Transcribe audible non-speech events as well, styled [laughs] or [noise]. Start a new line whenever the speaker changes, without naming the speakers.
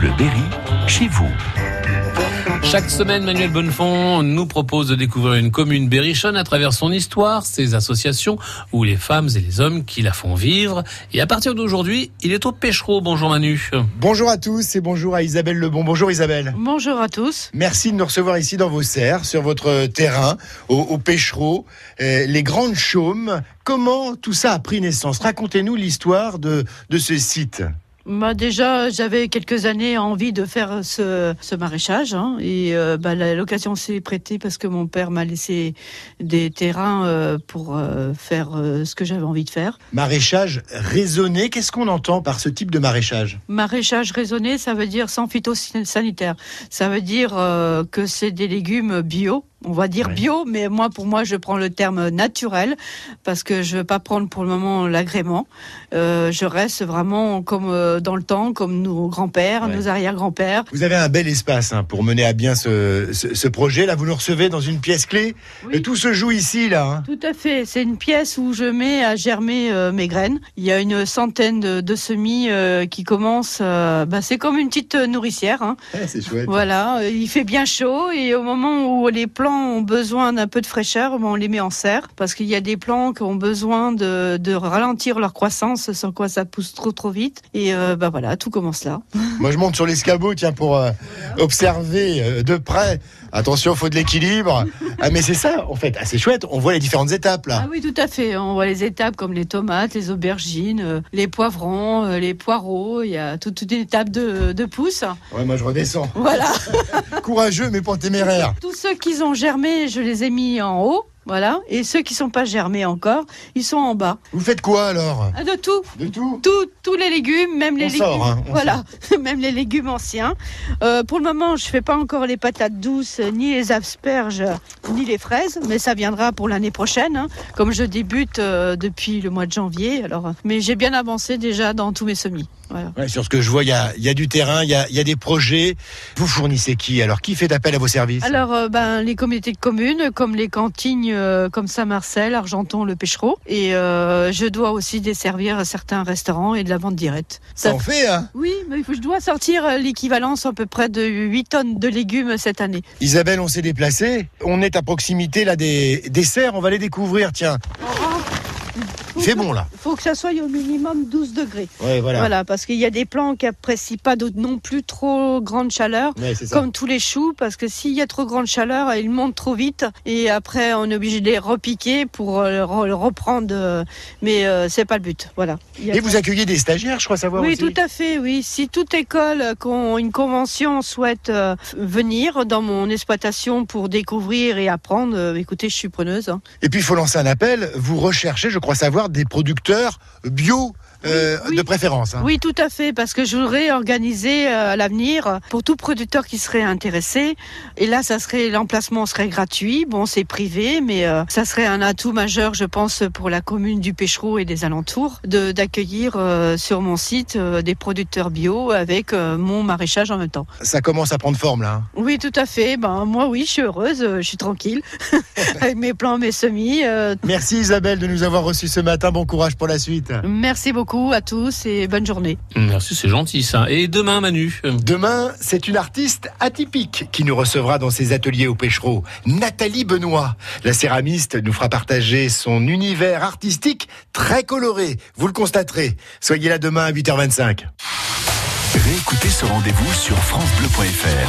Bleu Berry, chez vous.
Chaque semaine, Manuel Bonnefond nous propose de découvrir une commune berrichonne à travers son histoire, ses associations, ou les femmes et les hommes qui la font vivre. Et à partir d'aujourd'hui, il est au Pêchereau. Bonjour Manu.
Bonjour à tous et bonjour à Isabelle Lebon. Bonjour Isabelle.
Bonjour à tous.
Merci de nous recevoir ici dans vos serres, sur votre terrain, au, au Pêchereau, euh, les Grandes Chaumes. Comment tout ça a pris naissance Racontez-nous l'histoire de, de ce site.
Bah, déjà, j'avais quelques années envie de faire ce, ce maraîchage hein, et euh, bah, la location s'est prêtée parce que mon père m'a laissé des terrains euh, pour euh, faire ce que j'avais envie de faire.
Maraîchage raisonné, qu'est-ce qu'on entend par ce type de maraîchage
Maraîchage raisonné, ça veut dire sans phytosanitaire. Ça veut dire euh, que c'est des légumes bio on va dire bio, mais moi, pour moi, je prends le terme naturel parce que je veux pas prendre pour le moment l'agrément. Euh, je reste vraiment comme euh, dans le temps, comme nos grands-pères,
Ouais.
nos arrière-grands-pères.
Vous avez un bel espace hein, pour mener à bien ce, ce- ce projet. Là, vous nous recevez dans une pièce clé.
Oui.
Et tout se joue ici, là. hein.
Tout à fait. C'est une pièce où je mets à germer euh, mes graines. Il y a une centaine de, de semis euh, qui commencent. euh, bah, c'est comme une petite euh, nourricière. hein.
Eh, [laughs] c'est chouette.
Voilà, euh, il fait bien chaud et au moment où les plants ont besoin d'un peu de fraîcheur, ben, on les met en serre parce qu'il y a des plants qui ont besoin de, de ralentir leur croissance, sans quoi ça pousse trop trop vite. Et euh, ben voilà, tout commence là.
Moi, je monte sur l'escabeau, tiens, pour euh, observer euh, de près. Attention, faut de l'équilibre. Ah, mais c'est ça, en fait. Ah, c'est chouette. On voit les différentes étapes,
Ah
là.
oui, tout à fait. On voit les étapes comme les tomates, les aubergines, euh, les poivrons, euh, les poireaux. Il y a toute, toute une étape de, de pousse.
Ah Ouais, moi, je redescends.
Voilà.
Courageux, mais pas téméraire.
[laughs] Tous ceux qui ont germé, je les ai mis en haut. Voilà. Et ceux qui sont pas germés encore, ils sont en bas.
Vous faites quoi, alors
Ah, De tout.
De tout
Tous- tous les légumes, même les
On
légumes,
sort, hein, on
voilà, [laughs] même les légumes anciens. Euh, pour le moment, je fais pas encore les patates douces, euh, ni les asperges, euh, ni les fraises, mais ça viendra pour l'année prochaine, hein, comme je débute euh, depuis le mois de janvier. Alors, euh, mais j'ai bien avancé déjà dans tous mes semis. Voilà.
Ouais, sur ce que je vois, il y a, il y a du terrain, il y a, il y a des projets. Vous fournissez qui Alors, qui fait appel à vos services
Alors, euh, ben, les communautés de communes, comme les cantines, euh, comme Saint-Marcel, Argenton, Le Pêchereau, et euh, je dois aussi desservir certains restaurants et de la vente directe.
Ça en fait, hein
Oui, mais il faut- je dois sortir euh, l'équivalence à peu près de 8 tonnes de légumes cette année.
Isabelle, on s'est déplacé. On est à proximité, là, des, des serres. On va les découvrir, tiens. Il fait bon, là.
Il faut que ça soit au minimum 12 degrés.
Ouais,
Voilà,
voilà.
parce qu'il y a des plants qui apprécient pas d'autres non plus trop grande chaleur.
Ouais, c'est ça.
Comme tous les choux, parce que s'il y a trop grande chaleur, ils montent trop vite et après on est obligé de les repiquer pour euh, le re- le reprendre. euh, Mais euh, c'est pas le but. Voilà. Il y a
Et vous accueillez des stagiaires, je crois savoir
Oui,
aussi.
tout à fait, oui. Si toute école euh, qu'ont une convention souhaite euh, f- venir dans mon exploitation pour découvrir et apprendre, euh, écoutez, je suis preneuse. hein.
Et puis, il faut lancer un appel. Vous recherchez, je crois savoir, des producteurs bio euh,
oui.
de préférence. hein.
Oui, tout à fait, parce que je voudrais organiser euh, à l'avenir pour tout producteur qui serait intéressé. Et là, ça serait l'emplacement serait gratuit. Bon, c'est privé, mais euh, ça serait un atout majeur, je pense, pour la commune du Pêchereau et des alentours, de d'accueillir euh, sur mon site euh, des producteurs bio avec euh, mon maraîchage en même temps.
Ça commence à prendre forme, là. hein.
Oui, tout à fait. Ben, moi, oui, je suis heureuse, euh, je suis tranquille [laughs] avec mes plans, mes semis. euh.
Merci, Isabelle, de nous avoir reçus ce matin. Bon courage pour la suite.
merci beaucoup à tous et bonne journée.
Merci, c'est gentil ça. Et demain, Manu
Demain, c'est une artiste atypique qui nous recevra dans ses ateliers au Pêchereau, Nathalie Benoît. La céramiste nous fera partager son univers artistique très coloré. Vous le constaterez. Soyez là demain à 8h25.
Réécoutez ce rendez-vous sur FranceBleu.fr.